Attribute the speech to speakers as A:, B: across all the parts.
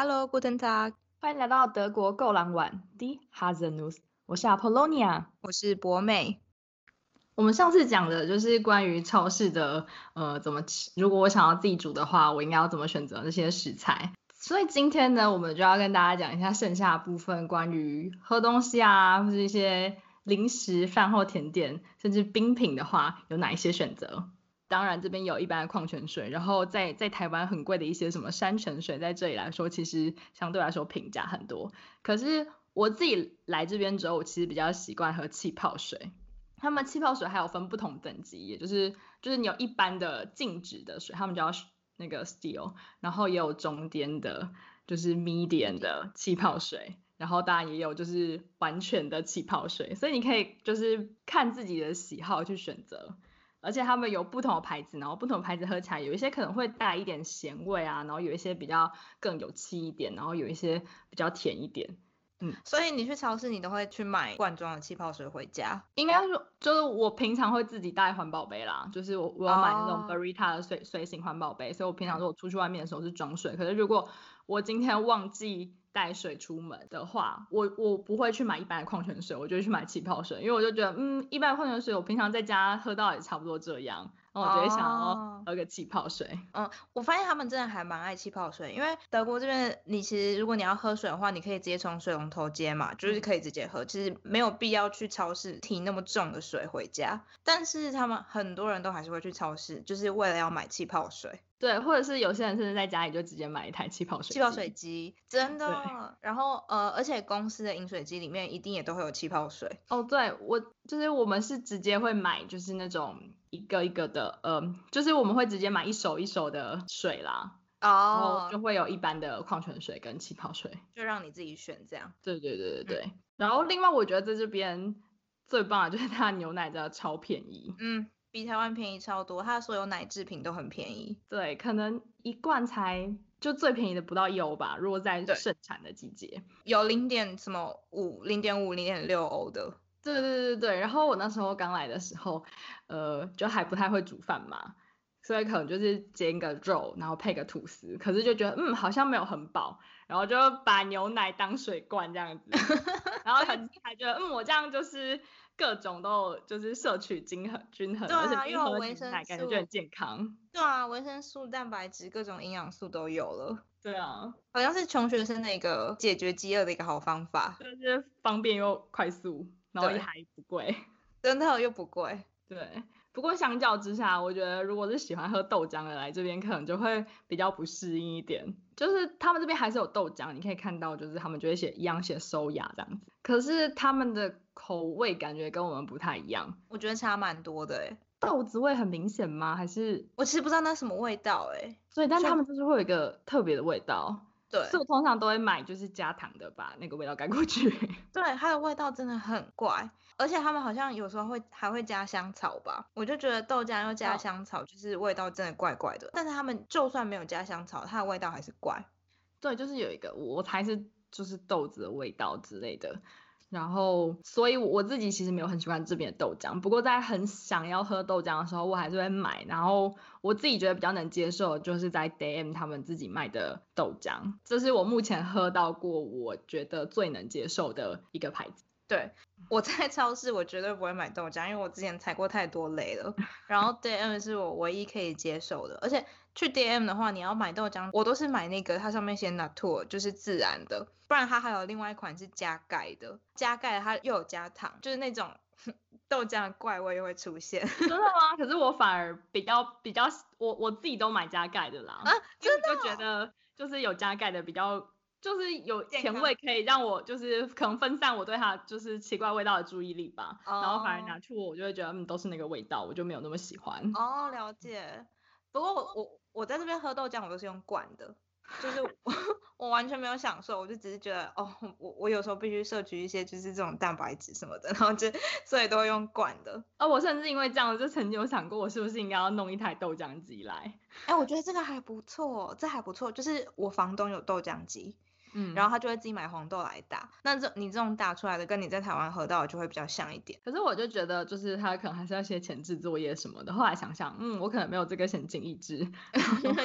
A: Hello，Guten Tag，
B: 欢迎来到德国购狼晚 Die Haselnuss，我是 Apollonia。
A: 我是博美。
B: 我们上次讲的就是关于超市的，呃，怎么吃如果我想要自己煮的话，我应该要怎么选择这些食材。所以今天呢，我们就要跟大家讲一下剩下的部分关于喝东西啊，或是一些零食、饭后甜点，甚至冰品的话，有哪一些选择？当然，这边有一般的矿泉水，然后在在台湾很贵的一些什么山泉水，在这里来说，其实相对来说平价很多。可是我自己来这边之后，我其实比较习惯喝气泡水。他们气泡水还有分不同等级，也就是就是你有一般的静止的水，他们叫那个 still，然后也有中间的，就是 medium 的气泡水，然后当然也有就是完全的气泡水，所以你可以就是看自己的喜好去选择。而且他们有不同的牌子，然后不同的牌子喝起来，有一些可能会带一点咸味啊，然后有一些比较更有气一点，然后有一些比较甜一点。
A: 所以你去超市，你都会去买罐装的气泡水回家。
B: 应该说，就是我平常会自己带环保杯啦，就是我我要买那种
A: 哦嗯
B: Barita 的随随行环保杯，所以我平常如果出去外面的时候是装水。可是如果我今天忘记带水出门的话，我我不会去买一般的矿泉水，我就会去买气泡水，因为我就觉得，嗯，一般的矿泉水我平常在家喝到也差不多这样，然后我就会想
A: 哦
B: 要喝个气泡水。
A: 嗯，我发现他们真的还蛮爱气泡水，因为德国这边你其实如果你要喝水的话，你可以直接从水龙头接嘛，就是
B: 嗯
A: 可以直接喝，其实没有必要去超市提那么重的水回家。但是他们很多人都还是会去超市，就是为了要买气泡水、
B: 对，或者是有些人甚至在家里就直接买一台气泡水。
A: 气泡水。机，真
B: 对
A: 的。然后呃，而且公司的饮水机里面一定也都会有气泡水。
B: 哦，对，我就是我们是直接会买，就是那种一个一个的，嗯，就是我们会直接买一手一手的水啦，然后
A: 哦
B: 就会有一般的矿泉水跟气泡水。
A: 就让你自己选这样。
B: 对对
A: 嗯
B: 对对对。然后另外我觉得在这边最棒的就是它的牛奶真的超便宜，
A: 嗯，比台湾便宜超多，它的所有奶制品都很便宜。
B: 对，可能一罐才就最便宜的不到一欧吧，如果在
A: 对
B: 盛产的季节。
A: 有零点什么五、零点五、零点六欧的，
B: 对对对对，然后我那时候刚来的时候，呃，就还不太会煮饭嘛，所以可能就是煎个肉，然后配个吐司，可是就觉得嗯好像没有很饱，然后就把牛奶当水灌这样 子，然后很还觉得嗯我这样就是各种都有就是摄取均衡均衡，
A: 对
B: 而
A: 啊
B: 且
A: 又
B: 不
A: 有
B: 喝
A: 维
B: 牛
A: 生
B: 奶感觉就很
A: 素
B: 健康，
A: 对啊，维生素、蛋白质、各种营养素都有了，
B: 对啊，
A: 好像是穷学生的一个解决饥饿的一个好方法，
B: 就是方便又快速，然后也
A: 对
B: 还不贵。
A: 真的又不贵。
B: 对，不过相较之下，我觉得如果是喜欢喝豆浆的来这边，可能就会比较不适应一点。就是他们这边还是有豆浆，你可以看到，就是他们就会写一样写收雅这样子，可是他们的口味感觉跟我们不太一样。
A: 我觉得差蛮多的哎，
B: 豆子味很明显吗？还是
A: 我其实不知道那什么味道哎。
B: 所以，但
A: 像
B: 他们就是会有一个特别的味道，
A: 对
B: 所以我通常都会买就是加糖的，把那个味道盖过去。
A: 对，它的味道真的很怪，而且他们好像有时候会还会加香草吧，我就觉得豆浆又加
B: 哦
A: 香草，就是味道真的怪怪的。但是他们就算没有加香草，它的味道还是怪。
B: 对，就是有一个我才是就是豆子的味道之类的。然后，所以我自己其实没有很喜欢这边的豆浆，不过在很想要喝豆浆的时候，我还是会买。然后我自己觉得比较能接受，就是在 DM 他们自己卖的豆浆，这是我目前喝到过我觉得最能接受的一个牌子。
A: 对，我在超市我绝对不会买豆浆，因为我之前踩过太多雷 了。然后 DM 是我唯一可以接受的，而且去 DM 的话，你要买豆浆，我都是买那个它上面写 natur，就是自然的，不然它还有另外一款是加钙的，加钙的它又有加糖，就是那种 豆浆的怪味又会出现。
B: 真的吗？可是我反而比较比较，我我自己都买加盖的啦。
A: 啊，
B: 因为我就觉得就是有加盖的比较，就是有
A: 健
B: 甜
A: 康
B: 味可以让我就是可能分散我对它就是奇怪味道的注意力吧。 然后反而
A: 哦
B: 拿出我就会觉得嗯都是那个味道，我就没有那么喜欢。
A: 哦，了解。不过我我我在这边喝豆浆，我都是用罐的，就是 我我完全没有享受，我就只是觉得哦，我我有时候必须摄取一些就是这种蛋白质什么的，然后就所以都会用罐的。
B: 而哦我甚至因为这样，就曾经有想过我是不是应该要弄一台豆浆机来。
A: 哎，我觉得这个还不错，这还不错。就是我房东有豆浆机，
B: 嗯，
A: 然
B: 后
A: 后他就会自己买黄豆来打。那这你这种打出来的，跟你在台湾喝到的就会比较像一 点。
B: 可是我就觉得就是它可能还是要写前置作业什么的。后来想想，嗯，我可能没有这个闲情逸致。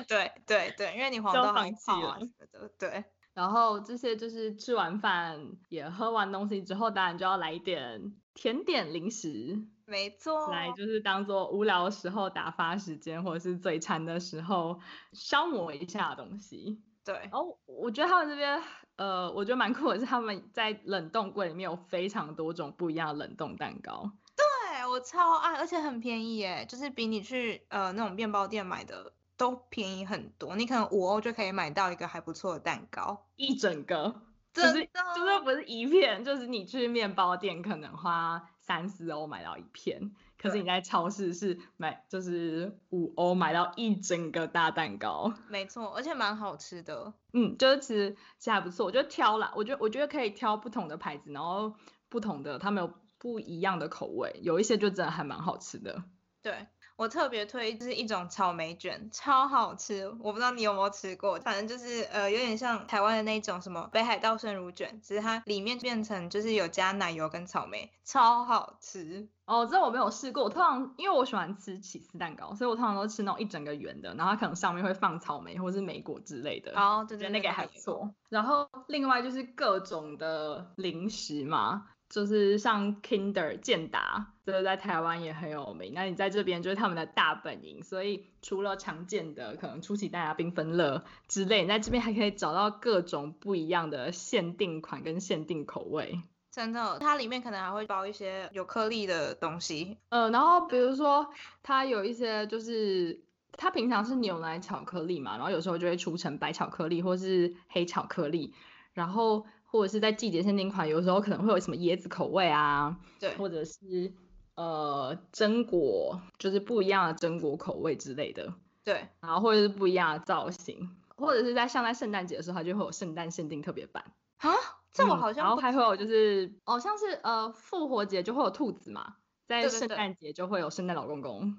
A: 对对对，因为你黄
B: 就
A: 豆还
B: 放
A: 有
B: 弃
A: 泡啊
B: 了
A: 什么的，对。
B: 然后这些就是吃完饭也喝完东西之后，当然就要来一点甜点零食，
A: 没错，
B: 来就是当做无聊的时候打发时间，或者是嘴馋的时候消磨一下的东西。
A: 对，
B: 然后我觉得他们这边，呃，我觉得蛮酷的是他们在冷冻柜里面有非常多种不一样的冷冻蛋糕。
A: 对我超爱，而且很便宜耶，就是比你去呃那种面包店买的都便宜很多，你可能五欧就可以买到一个还不错的蛋糕，
B: 一整个，就
A: 真
B: 是
A: 的啊
B: 就是不是一片，就是你去面包店可能花三四欧买到一片，可是
A: 对
B: 你在超市是买就是五欧买到一整个大蛋糕。
A: 没错，而且蛮好吃的。
B: 嗯，就是其实其实还不错，我觉得挑啦，我觉得我觉得可以挑不同的牌子，然后不同的他们有不一样的口味，有一些就真的还蛮好吃的。
A: 对我特别推就是一种草莓卷，超好吃，我不知道你有没有吃过，反正就是呃有点像台湾的那种什么北海道生乳卷，只是它里面变成就是有加奶油跟草莓，超好吃。
B: 哦，这我没有试过。我通常因为我喜欢吃起司蛋糕，所以我通常都吃那种一整个圆的，然后它可能上面会放草莓或是莓果之类的。
A: 哦，对对
B: 我觉得
A: 对，
B: 那个还不错。然后另外就是各种的零食嘛，就是像 Kinder、健达，这个在台湾也很有名。那你在这边就是他们的大本营，所以除了常见的可能出奇蛋啊、缤纷乐之类，你在这边还可以找到各种不一样的限定款跟限定口味。
A: 真的，它里面可能还会包一些有颗粒的东西。
B: 呃，然后比如说它有一些就是它平常是牛奶巧克力嘛，然后有时候就会出成白巧克力或是黑巧克力，然后或者是在季节限定款，有时候可能会有什么椰子口味啊，
A: 对，
B: 或者是呃榛果，就是不一样的榛果口味之类的，
A: 对，
B: 然后或者是不一样的造型，或者是在像在圣诞节的时候，它就会有圣诞限定特别版。
A: 啊，这我
B: 嗯
A: 好像
B: 然后
A: 不
B: 还会有就是，哦，像是呃复活节就会有兔子嘛，在
A: 对对
B: 圣
A: 对
B: 诞节就会有圣诞老公公，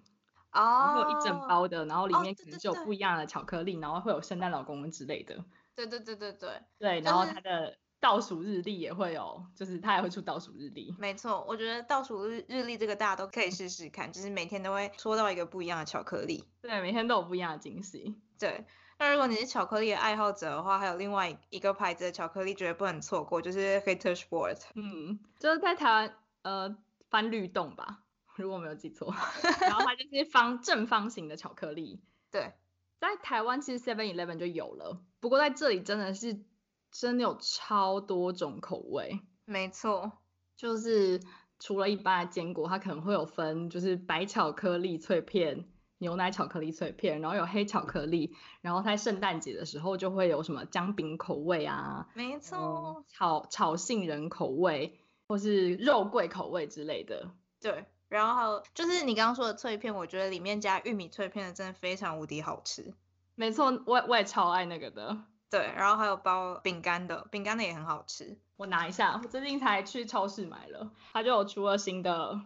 B: 然后
A: 哦，
B: 会有一整。包的，然后里
A: 哦
B: 面
A: 对
B: 可能
A: 对
B: 就有
A: 对
B: 不一样的巧克力，然后会有圣诞老公公之类的。
A: 对对对对对，
B: 对，
A: 就
B: 然后
A: 是
B: 它的倒数日历也会有，就是它也会出倒数日历。
A: 没错，我觉得倒数日日历这个大家都可以试试看，就是每天都会戳到一个不一样的巧克力。
B: 对，每天都有不一样的惊喜。
A: 对，那如果你是巧克力的爱好者的话，还有另外一个牌子的巧克力绝对不能错过，就是 Hater Sport。
B: 嗯，就是在台湾呃翻律动吧，如果没有记错， 然后它就是方正方形的巧克力，
A: 对，
B: 在台湾其实 Seven Eleven 就有了，不过在这里真的是真的有超多种口味，
A: 没错，
B: 就是除了一般的坚果，它可能会有分就是白巧克力脆片、牛奶巧克力脆片，然后有黑巧克力，然后在圣诞节的时候就会有什么姜饼口味啊，
A: 没
B: 然后
A: 错，
B: 炒炒杏仁口味，或是肉桂口味之类的。
A: 对。然后还有就是你刚刚说的脆片，我觉得里面加玉米脆片的真的非常无敌好吃。
B: 没错，我也我也超爱那个的。
A: 对，然后还有包饼干的，饼干的也很好吃。
B: 我拿一下，我最近才去超市买了，它就有出了新的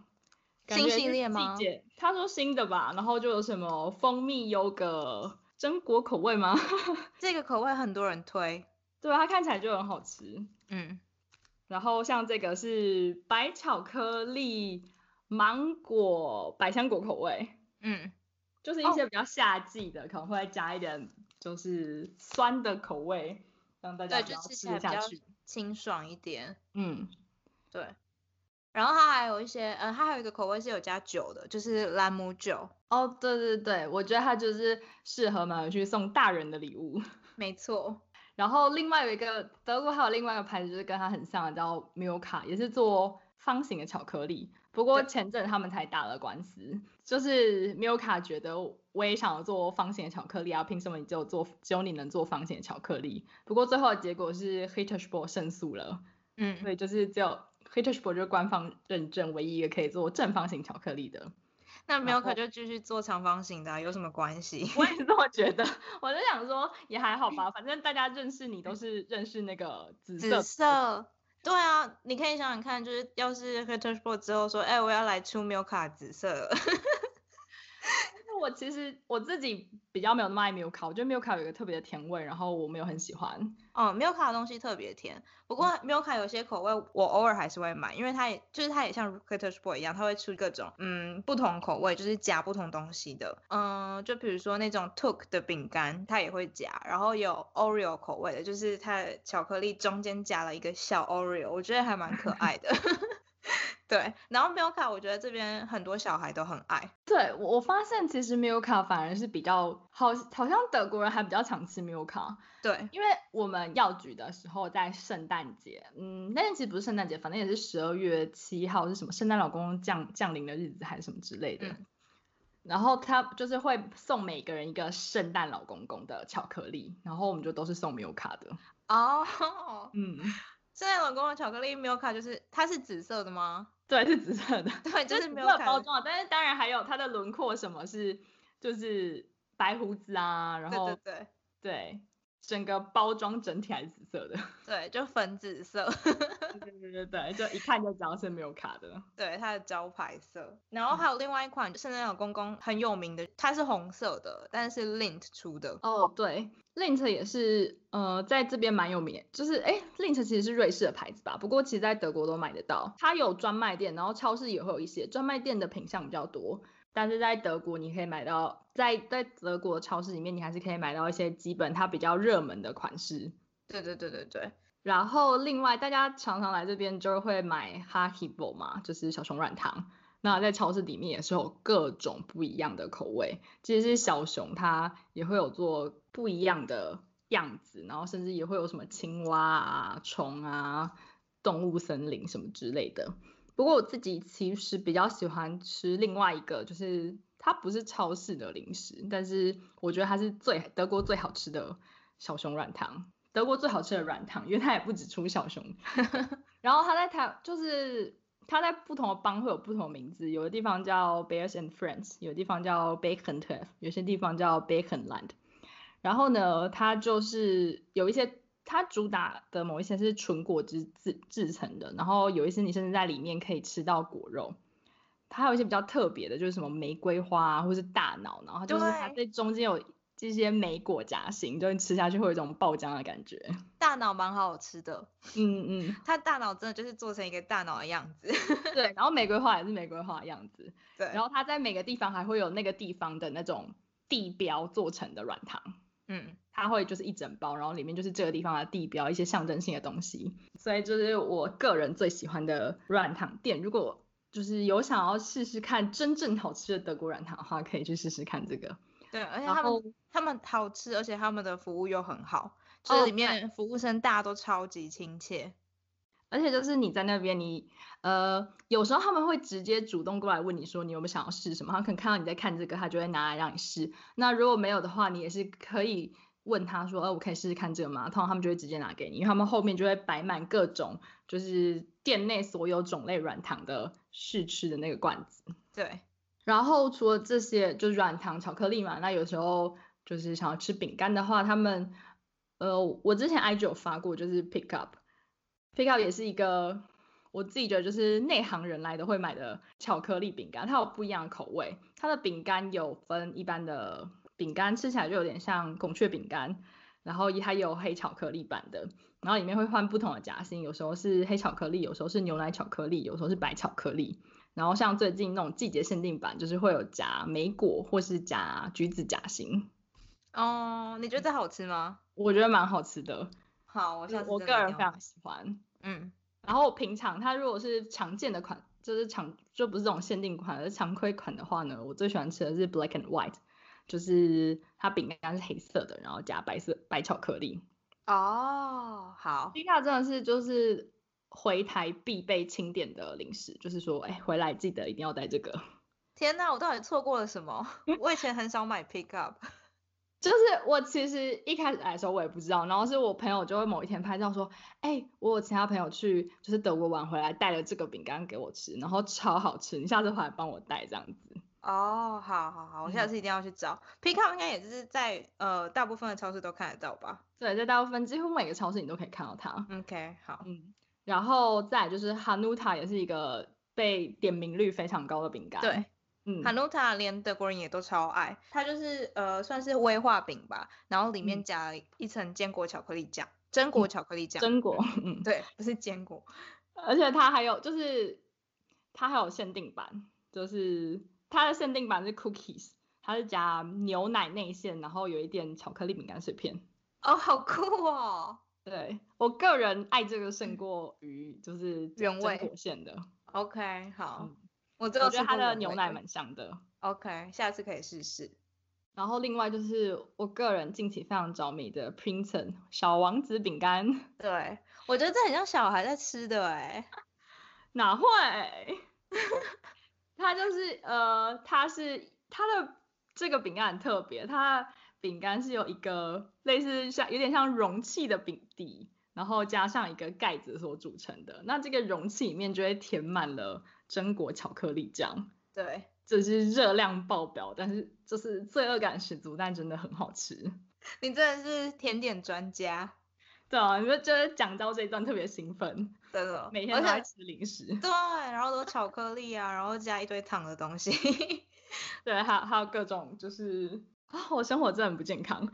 B: 感
A: 新
B: 觉
A: 系
B: 是
A: 列
B: 季
A: 吗
B: 节他说新的吧，然后就有什么蜂蜜优格榛果口味吗？
A: 这个口味很多人推，
B: 对，啊它看起来就很好吃。
A: 嗯，
B: 然后像这个是白巧克力芒果百香果口味，
A: 嗯，
B: 就是
A: 哦
B: 一些比较夏季的，可能会加一点就是酸的口味，让大家
A: 对，
B: 比
A: 就
B: 较
A: 吃起
B: 吃
A: 来
B: 得
A: 比
B: 下
A: 较
B: 去。
A: 清爽一点。
B: 嗯，
A: 对，然后它还有一些，呃，它还有一个口味是有加酒的，就是兰姆酒。
B: 哦，对对对，我觉得它就是适合买回去送大人的礼物。
A: 没错，
B: 然后另外有一个德国还有另外一个牌子，就是跟它很像的，叫 Milka，也是做方形的巧克力。不过
A: 对
B: 前阵他们才打了官司，就是 Milka 觉得我也想要做方形的巧克力啊，凭什么你只有做只有你能做方形的巧克力？不过最后的结果是 h i t e r s b o r 胜诉了，
A: 嗯，
B: 所以就是只有 h i t e r s b o r 就是官方认证唯一一个可以做正方形巧克力的。
A: 那没有可
B: 后
A: 就继续做长方形的啊、有什么关系？
B: 我也是这么觉得，我就想说也还好吧，反正大家认识你都是认识那个嗯紫色
A: 紫色。对啊，你可以想想看，就是啊要是 h e t e r s p o r t 之后说，哎、我要来出 Milka 紫色了，
B: 我其实我自己比较没有那么爱 Milka，我觉得 Milka 有一个特别的甜味，然后我没有很喜欢。
A: 哦，Milka 的东西特别甜，不过
B: 嗯
A: Milka 有些口味我偶尔还是会买，因为它也就是它也像 Critters Boy 一样，它会出各种嗯不同口味，就是夹不同东西的。嗯，就比如说那种 Took 的饼干，它也会夹，然后有 Oreo 口味的，就是它的巧克力中间夹了一个小 Oreo，我觉得还蛮 可爱的。 对，然后 Milka 我觉得这边很多小孩都很爱。
B: 对我我发现其实 Milka 反而是比较好，好像德国人还比较常吃 Milka，
A: 对，
B: 因为我们药局的时候在圣诞节，嗯，但是其实不是圣诞节，反正也是十二月七号是什么圣诞老公公降降临的日子还是什么之类的。
A: 嗯
B: 然后他就是会送每个人一个圣诞老公公的巧克力，然后我们就都是送 Milka 的。
A: 哦，
B: 嗯，
A: 圣诞老公的巧克力 Milka 就是它是紫色的吗？
B: 对，是紫色的。
A: 对，就是
B: 没有
A: Milka
B: 包
A: 的
B: 装啊，但是当然还有它的轮廓什么是就是白胡子啊，然
A: 对
B: 后
A: 对对
B: 对整个包装整体还是紫色的，
A: 对，就粉紫色，
B: 对对对 对，就一看就知道是没有卡的。
A: 对它的招牌色。然
B: 嗯
A: 后还有另外一款圣诞老公公很有名的，它是红色的，但是 Lint 出的。
B: 哦，对，Lint 也是呃在这边蛮有名的，就是哎，Lint 其实是瑞士的牌子吧，不过其实在德国都买得到，它有专卖店，然后超市也会有一些专卖店的品相比较多。但是在德国，你可以买到，在在德国超市里面，你还是可以买到一些基本它比较热门的款式。
A: 对对对对对，
B: 然后另外，大家常常来这边就会买 h a k i b o 嘛，就是小熊软糖。那在超市里面也是有各种不一样的口味，其实是小熊它也会有做不一样的样子，然后甚至也会有什么青蛙啊、虫啊、动物森林什么之类的。不过我自己其实比较喜欢吃另外一个，就是它不是超市的零食，但是我觉得它是最德国最好吃的小熊软糖，德国最好吃的软糖，因为它也不只出小熊。然后它在台就是它在不同的邦会有不同的名字，有的地方叫 Bears and Friends，有的地方叫 Bacon t u r f 有些地方叫 Bacon Land。然后呢，它就是有一些它主打的某一些是纯果汁制制成的，然后有一些你甚至在里面可以吃到果肉。它还有一些比较特别的，就是什么玫瑰花啊，或是大脑，然后就是它
A: 对
B: 在中间有这些莓果夹心，就是吃下去会有一种爆浆的感觉。
A: 大脑蛮好吃的，
B: 嗯嗯，
A: 它大脑真的就是做成一个大脑的样子。
B: 对。然后玫瑰花也是玫瑰花的样子，
A: 对，
B: 然后它在每个地方还会有那个地方的那种地标做成的软糖。
A: 嗯，
B: 它会就是一整包，然后里面就是这个地方的地标，一些象征性的东西。所以就是我个人最喜欢的软糖店。如果就是有想要试试看真正好吃的德国软糖的话，可以去试试看这个。
A: 对，而且
B: 然
A: 他
B: 后
A: 们他们好吃，而且他们的服务又很好，就是
B: 哦
A: 里面服务生大家都超级亲切。
B: 而且就是你在那边你，呃，有时候他们会直接主动过来问你说你有没有想要试什么，他可能看到你在看这个，他就会拿来让你试。那如果没有的话，你也是可以问他说，呃，我可以试试看这个吗？通常他们就会直接拿给你，因为他们后面就会摆满各种就是店内所有种类软糖的试吃的那个罐子。
A: 对，
B: 然后除了这些，就是软糖、巧克力嘛，那有时候就是想要吃饼干的话，他们，呃，我之前 IG 有发过，就是 Pick Up，Pick Up 也是一个我自己觉得就是内行人来的会买的巧克力饼干，它有不一样的口味，它的饼干有分一般的饼干，吃起来就有点像孔雀饼干。然后也还有黑巧克力版的，然后里面会换不同的夹心，有时候是黑巧克力，有时候是牛奶巧克力，有时候是白巧克力。然后像最近那种季节限定版，就是会有夹莓果或是夹橘子夹心，
A: 哦，你觉得好吃吗？
B: 我觉得蛮好吃的，
A: 好，我下次
B: 我
A: 真的
B: 个
A: 一
B: 人
A: 定
B: 非
A: 要
B: 常喜欢。
A: 嗯，
B: 然后平常它如果是常见的款，就是常就不是这种限定款，而是常规款的话呢，我最喜欢吃的是 black and white，就是它饼干是黑色的，然后夹白色白巧克力。
A: 哦，好，
B: 披萨真的是就是回台必备清点的零食，就是说，哎，回来记得一定要带这个。
A: 天呐，我到底错过了什么？ 我以前很少买 pick up，
B: 就是我其实一开始来的时候我也不知道，然后是我朋友就会某一天拍照说，哎、我有其他朋友去就是德国玩回来带了这个饼干给我吃，然后超好吃，你下次回来帮我带这样子。
A: 哦，好好好，我下
B: 嗯
A: 次一定要去找、pick up，应该也是在呃大部分的超市都看得到吧
B: 对，在大部分几乎每个超市你都可以看到它。
A: ？OK，好，
B: 嗯，然后再来就是 Hanuta 也是一个被点名率非常高的饼干。
A: 对，
B: 嗯
A: h a n u t a 连德国人也都超爱，它就是呃算是威化饼吧，然后里面
B: 嗯
A: 加了一层坚果巧克力酱，榛果巧克力酱，
B: 榛果，嗯，
A: 对，不是坚果，
B: 而且它还有就是它还有限定版，就是它的限定版是 cookies，它是加牛奶内馅，然后有一点巧克力饼干碎片。
A: 哦，好酷哦
B: 对我个人爱这个胜过于就是
A: 原
B: 榛
A: 味
B: 果馅的，
A: ，OK，好
B: 嗯，
A: 我只有
B: 我觉
A: 吃
B: 得它
A: 过
B: 的
A: 原
B: 牛
A: 味
B: 奶
A: 的
B: 蛮像的。
A: ，OK，下次可以试试。
B: 然后另外就是我个人近期非常着迷的 Princeton 小王子饼干，
A: 对，我觉得这很像小孩在吃的哎、
B: 哪会？ 它就是呃，它是它的这个饼干很特别，它的饼干是有一个类似像有点像容器的饼底，然后加上一个盖子所组成的。那这个容器里面就会填满了榛果巧克力酱，
A: 对，
B: 这是热量爆表，但是就是罪恶感十足，但真的很好吃。
A: 你真的是甜点专家，
B: 对啊，你就觉得讲到这一段特别兴奋，
A: 真的，
B: 每天
A: 而
B: 都在
A: 且
B: 吃零食，
A: 对，然后都巧克力啊，然后加一堆糖的东西。
B: 对，还有还有各种就是啊，我生活真的很不健康。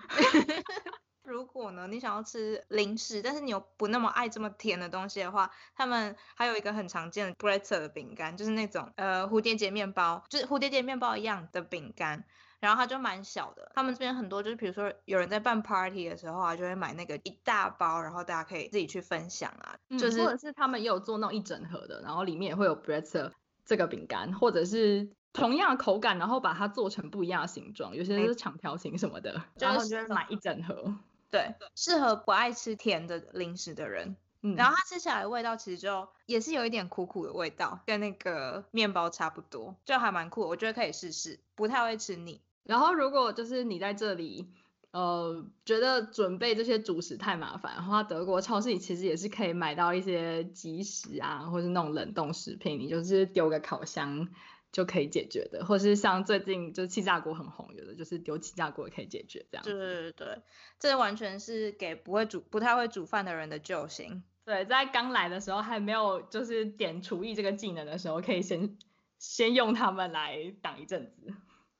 A: 如果呢，你想要吃零食，但是你又不那么爱这么甜的东西的话，他们还有一个很常见的 b r e t z e 的饼干，就是那种呃蝴蝶结面包，就是蝴蝶结面包一样的饼干，然后它就蛮小的。他们这边很多就是，比如说有人在办 party 的时候啊，就会买那个一大包，然后大家可以自己去分享啊，就
B: 嗯或
A: 是
B: 者是他们也有做那种一整盒的，然后里面也会有 bread 这个饼干，或者是同样的口感，然后把它做成不一样的形状，有些
A: 没
B: 是长条形什么的，
A: 就
B: 然后
A: 是
B: 你就会买一整盒。
A: 对适合不爱吃甜的零食的人。
B: 嗯，
A: 然后它吃起来的味道其实就也是有一点苦苦的味道，跟那个面包差不多，就还蛮酷的，我觉得可以试试，不太会吃腻。
B: 然后如果就是你在这里，呃，觉得准备这些主食太麻烦的话，德国超市里其实也是可以买到一些即食啊，或是那种冷冻食品，你就是丢个烤箱就可以解决的，或是像最近就是气炸锅很红，有的就是丢气炸锅也可以解决这样
A: 对对
B: 子。
A: 对，这完全是给不会煮、不太会煮饭的人的救星。
B: 对，在刚来的时候还没有就是点厨艺这个技能的时候，可以先先用它们来挡一阵子。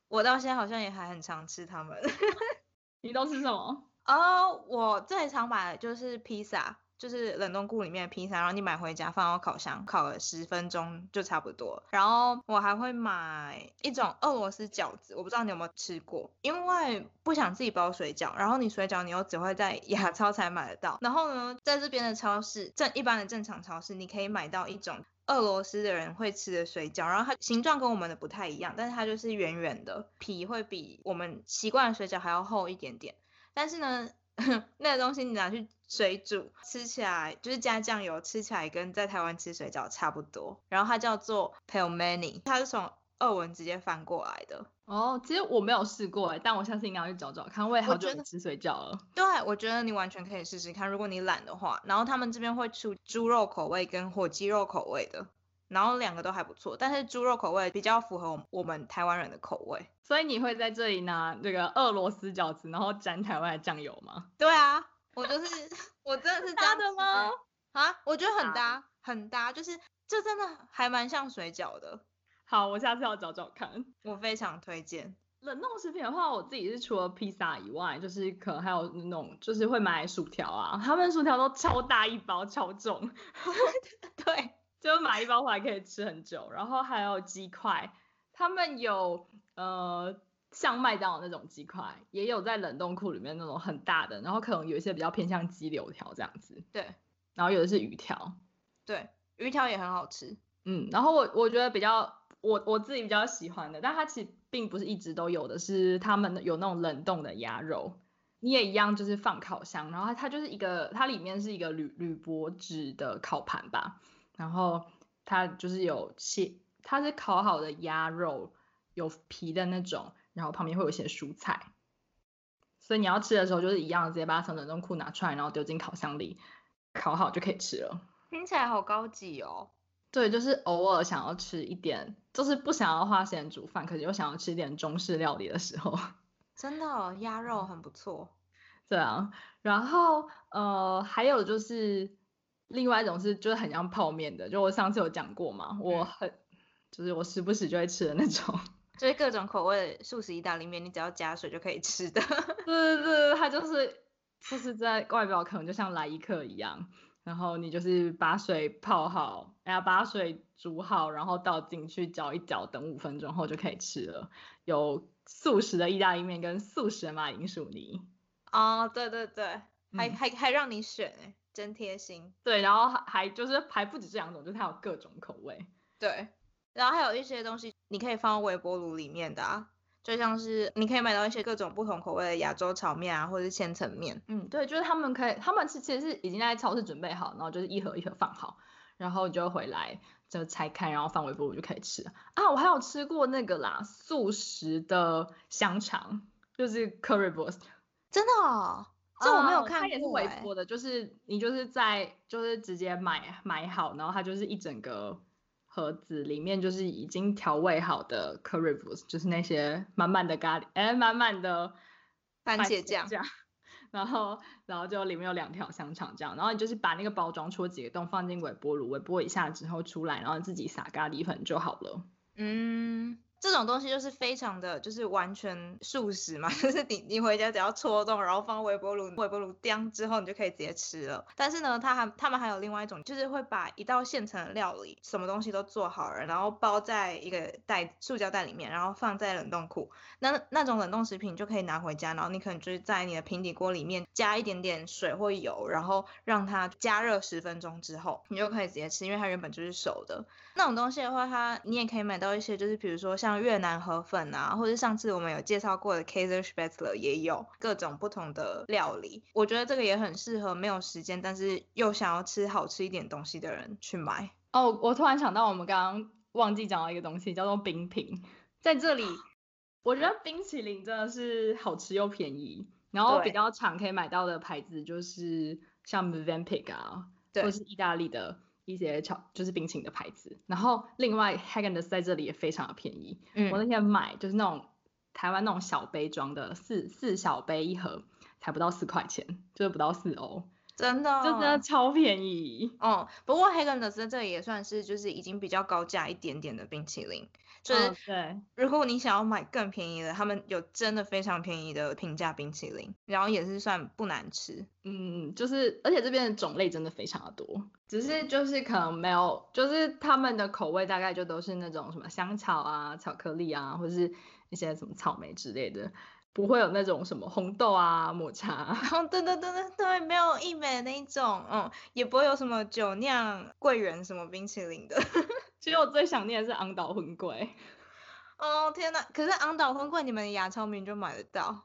A: 我到现在好像也还很常吃它们。
B: 你都吃什么？
A: 哦，我最常买的就是披萨，就是冷冻库里面的披萨，然后你买回家放到烤箱烤了十分钟就差不多。然后我还会买一种俄罗斯饺子，我不知道你有没有吃过，因为不想自己包水饺，然后你水饺你又只会在 亚超才买得到。然后呢，在这边的超市，正一般的正常超市，你可以买到一种。俄罗斯的人会吃的水饺，然后它形状跟我们的不太一样，但是它就是圆圆的，皮会比我们习惯的水饺还要厚一点点。但是呢， 那个东西你拿去水煮，吃起来就是加酱油，吃起来跟在台湾吃水饺差不多。然后它叫做 pelmeni，它是从俄文直接翻过来的。
B: 哦，其实我没有试过哎，但我下次应该要去找找看。我也
A: 我
B: 好久
A: 觉
B: 没
A: 得
B: 吃水饺了。
A: 对，我觉得你完全可以试试看，如果你懒的话。然后他们这边会出猪肉口味跟火鸡肉口味的，然后两个都还不错，但是猪肉口味比较符合我们我们台湾人的口味。
B: 所以你会在这里拿这个俄罗斯饺子，然后沾台湾的酱油吗？
A: 对啊，我就是 我真的是这
B: 搭
A: 样
B: 的
A: 吃的
B: 吗？
A: 啊，我觉得很
B: 搭
A: 搭，很搭，就是这真的还蛮像水饺的。
B: 好，我下次要找找看。
A: 我非常推荐。
B: 冷冻食品的话，我自己是除了披萨以外，就是可能还有那种就是会买薯条啊，他们薯条都超大一包，超重，
A: 对，
B: 就买一包回来可以吃很久。然后还有鸡块，他们有呃像麦当劳那种鸡块，也有在冷冻库里面那种很大的，然后可能有一些比较偏向鸡柳条这样子，
A: 对
B: 然后有的是鱼条，
A: 对，鱼条也很好吃。
B: 嗯，然后我我觉得比较我我自己比较喜欢的，但它其实并不是一直都有的是他们有那种冷冻的鸭肉，你也一样就是放烤箱，然后它它就是一个它里面是一个铝铝箔纸的烤盘吧，然后它就是有切它是烤好的鸭肉，有皮的那种，然后旁边会有一些蔬菜，所以你要吃的时候就是一样直接把它从冷冻库拿出来，然后丢进烤箱里烤好就可以吃了。
A: 听起来好高级哦。
B: 对，就是偶尔想要吃一点，就是不想要花钱煮饭，可是又想要吃一点中式料理的时候，
A: 真的哦、鸭肉很不错。
B: 对啊。然后呃，还有就是另外一种是，就是很像泡面的，就我上次有讲过嘛，我
A: 嗯
B: 很就是我时不时就会吃的那种。
A: 就是各种口味的素食意大利面，你只要加水就可以吃的。
B: 对对对，它就是就是在外表可能就像来一克一样，然后你就是把水泡好，哎呀，把水煮好，然后倒进去搅一搅，等五分钟后就可以吃了。有素食的意大利面跟素食的马铃薯泥，
A: 哦，对对对，还
B: 嗯
A: 还还让你选哎、真贴心。
B: 对，然后还还就是还不止这两种，就是它有各种口味。
A: 对，然后还有一些东西你可以放到微波炉里面的啊，就像是你可以买到一些各种不同口味的亚洲炒面啊，或者是千层面。
B: 嗯，对，就是他们可以，他们是其实是已经在超市准备好，然后就是一盒一盒放好，然后你就回来就拆开，然后放微波炉就可以吃啊。我还有吃过那个啦，素食的香肠，就是 currywurst，
A: 真的哦，这我没有
B: 嗯
A: 看过、
B: 它
A: 欸。
B: 也是微波的，就是你就是在就是直接买买好，然后它就是一整个盒子里面就是已经调味好的 currywurst，就是那些满满的咖喱，哎，满满的
A: 番茄酱
B: 酱。 然后，然后就里面有两条香肠这样，然后你就是把那个包装戳几个洞放进微波炉，微波一下之后出来，然后自己撒咖喱粉就好了。
A: 嗯，这种东西就是非常的，就是完全素食嘛， 就是你你回家只要戳洞，然后放微波炉，微波炉叮之后你就可以直接吃了。但是呢，他还他们还有另外一种，就是会把一道现成的料理，什么东西都做好了，然后包在一个袋塑胶袋里面，然后放在冷冻库。那那种冷冻食品你就可以拿回家，然后你可能就是在你的平底锅里面加一点点水或油，然后让它加热十分钟之后，你就可以直接吃，因为它原本就是熟的。那种东西的话，它你也可以买到一些，就是比如说像越南河粉啊，或者上次我们有介绍过的 Kaiser Spätzle 也有各种不同的料理。我觉得这个也很适合没有时间，但是又想要吃好吃一点东西的人去买。
B: 哦，我突然想到，我们刚刚忘记讲到一个东西，叫做冰品。在这里，我觉得冰淇淋真的是好吃又便宜，然后比
A: 对
B: 较常可以买到的牌子就是像 Vampic 啊，
A: 对
B: 或是意大利的一些巧，就是冰淇淋的牌子。然后另外 Häagen-Dazs 在这里也非常的便宜，我那
A: 嗯，
B: 天买就是那种台湾那种小杯装的，四四小杯一盒，才不到四块钱，就是不到四欧，
A: 真的、
B: 就真的。啊超便宜。
A: 哦，不过 Hagen d a z 这里也算是就是已经比较高价一点点的冰淇淋，就是
B: 嗯对，
A: 如果你想要买更便宜的，他们有真的非常便宜的平价冰淇淋，然后也是算不难吃。
B: 嗯，就是，而且这边的种类真的非常的多，只是就是可能没有，就是他们的口味大概就都是那种什么香草啊、巧克力啊，或是一些什么草莓之类的，不会有那种什么红豆啊、抹茶 啊。
A: 哦，对对对对对，没有一美的那一种，嗯，也不会有什么酒酿桂圆什么冰淇淋的。
B: 其实我最想念的是昂岛混桂，
A: 哦天呐，可是昂岛婚柜你们的亚超明就买得到，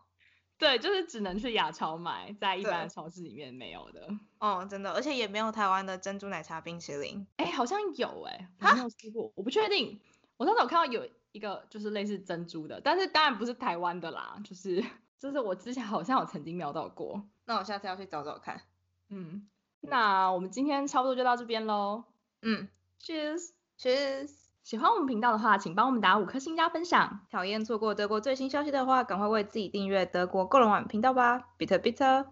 B: 对，就是只能去亚超买，在一般
A: 对
B: 的超市里面没有的。
A: 哦真的，而且也没有台湾的珍珠奶茶冰淇淋。
B: 哎、好像有哎、我没有吃过，我不确定。我上次有看到有一个就是类似珍珠的，但是当然不是台湾的啦，就是就是我之前好像有曾经瞄到过。
A: 那我下次要去找找看。
B: 嗯，那我们今天差不多就到这边喽
A: 嗯，
B: ，Cheers！
A: 其实
B: 喜欢我们频道的话，请帮我们打五颗星加分享。
A: 讨厌错过德国最新消息的话，赶快为自己订阅德国够了晚频道吧，比特比特。